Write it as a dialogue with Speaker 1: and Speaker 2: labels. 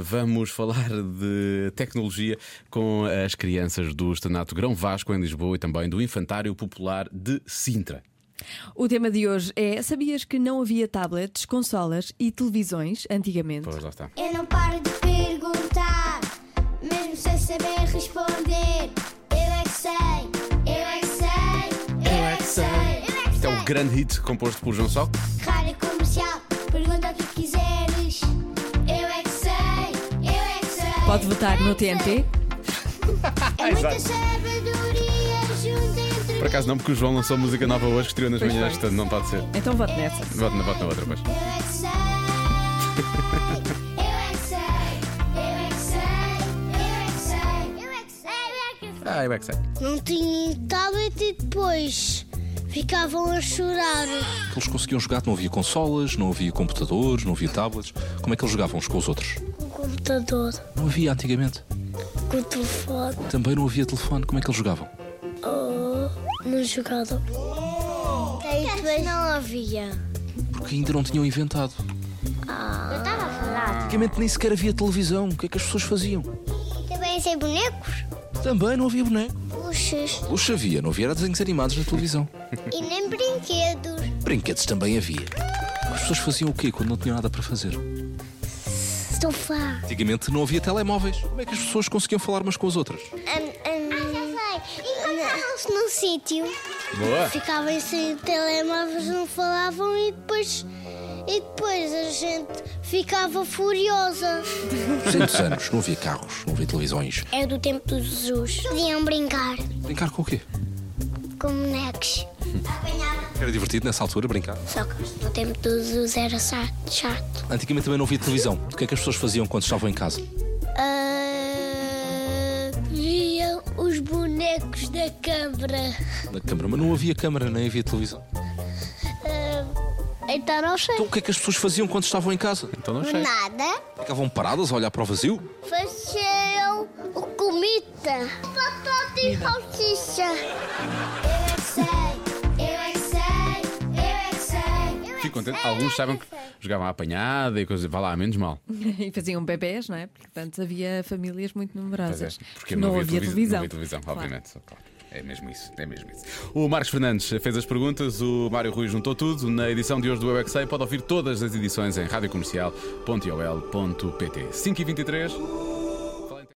Speaker 1: vamos falar de tecnologia com as crianças do Estanato Grão Vasco em Lisboa e também do Infantário Popular de Sintra.
Speaker 2: O tema de hoje é: sabias que não havia tablets, consolas e televisões antigamente?
Speaker 1: Pois lá está.
Speaker 3: Eu não paro de perguntar, mesmo sem saber responder. Eu é que sei, eu é que sei, eu é que sei, eu é que
Speaker 1: Isto é
Speaker 3: sei.
Speaker 1: o grande hit composto por João Só.
Speaker 3: Rádio comercial, pergunta o que quiseres. Eu é que sei, eu é que sei.
Speaker 2: Pode votar no
Speaker 3: eu é que
Speaker 2: TNT?
Speaker 3: sei. É muita sabedoria junto entre
Speaker 1: Por acaso não, porque o João lançou música nova hoje que estreou nas
Speaker 2: Pois
Speaker 1: manhãs,
Speaker 2: foi.
Speaker 1: portanto não pode ser.
Speaker 2: Então vote nessa.
Speaker 1: Vote na, vote na outra, pois.
Speaker 3: Eu é que sei, eu é que sei, eu é que sei, eu é que sei, eu é que sei, eu é que sei.
Speaker 1: Ah, eu é que sei.
Speaker 3: Não tinham tablet e depois ficavam a chorar.
Speaker 4: que eles conseguiam jogar, não havia consolas, não havia computadores, não havia tablets. Como é que eles jogavam uns com os outros?
Speaker 3: Com o computador,
Speaker 4: Não havia antigamente.
Speaker 3: com o telefone,
Speaker 4: Também não havia telefone. Como é que eles jogavam?
Speaker 3: não jogaram. E depois não havia.
Speaker 4: Porque ainda não tinham inventado. Antigamente nem sequer havia televisão. O que é que as pessoas faziam?
Speaker 3: Também sem bonecos?
Speaker 4: Também não havia boneco.
Speaker 3: Puxas.
Speaker 4: Luxa havia, não havia era desenhos animados na televisão.
Speaker 3: E nem brinquedos.
Speaker 4: Brinquedos também havia. As pessoas faziam o quê quando não tinham nada para fazer?
Speaker 3: Sofá.
Speaker 4: Antigamente não havia telemóveis. Como é que as pessoas conseguiam falar umas com as outras?
Speaker 3: Ah, já sei. Encontravam-se num sítio.
Speaker 1: Boa!
Speaker 3: Ficavam sem telemóveis, não falavam e depois... E depois a gente ficava furiosa.
Speaker 4: 200 anos, não havia carros, não havia televisões.
Speaker 3: É do tempo dos Jesus. Podiam brincar
Speaker 4: Brincar com o quê?
Speaker 3: com bonecos. Apanhava.
Speaker 4: Era divertido nessa altura brincar.
Speaker 3: Só que no tempo dos Jesus era chato. chato.
Speaker 4: Antigamente também não havia televisão. O que é que as pessoas faziam quando estavam em casa?
Speaker 3: Viam os bonecos da câmara.
Speaker 4: Na câmara, mas não havia câmara, nem havia televisão.
Speaker 3: então não sei.
Speaker 4: Então o que é que as pessoas faziam quando estavam em casa?
Speaker 1: Então não sei.
Speaker 3: Nada.
Speaker 4: Ficavam paradas a olhar para o vazio?
Speaker 3: Faziam o comida. Batata e salsicha. Eu é que sei. Eu é que sei. Eu é que sei.
Speaker 1: Fico contente. Alguns sabem que jogavam à apanhada e coisas. Vá lá, menos mal.
Speaker 2: E faziam bebés, não é? Portanto, havia famílias muito
Speaker 1: Pois é,
Speaker 2: numerosas.
Speaker 1: porque não, havia, televis- Não havia televisão,
Speaker 2: Claro.
Speaker 1: obviamente. Claro. É mesmo isso, é mesmo isso. O Marcos Fernandes fez as perguntas, o Mário Rui juntou tudo. Na edição de hoje do É EUXA pode ouvir todas as edições em radiocomercial.ol.pt 5 e 23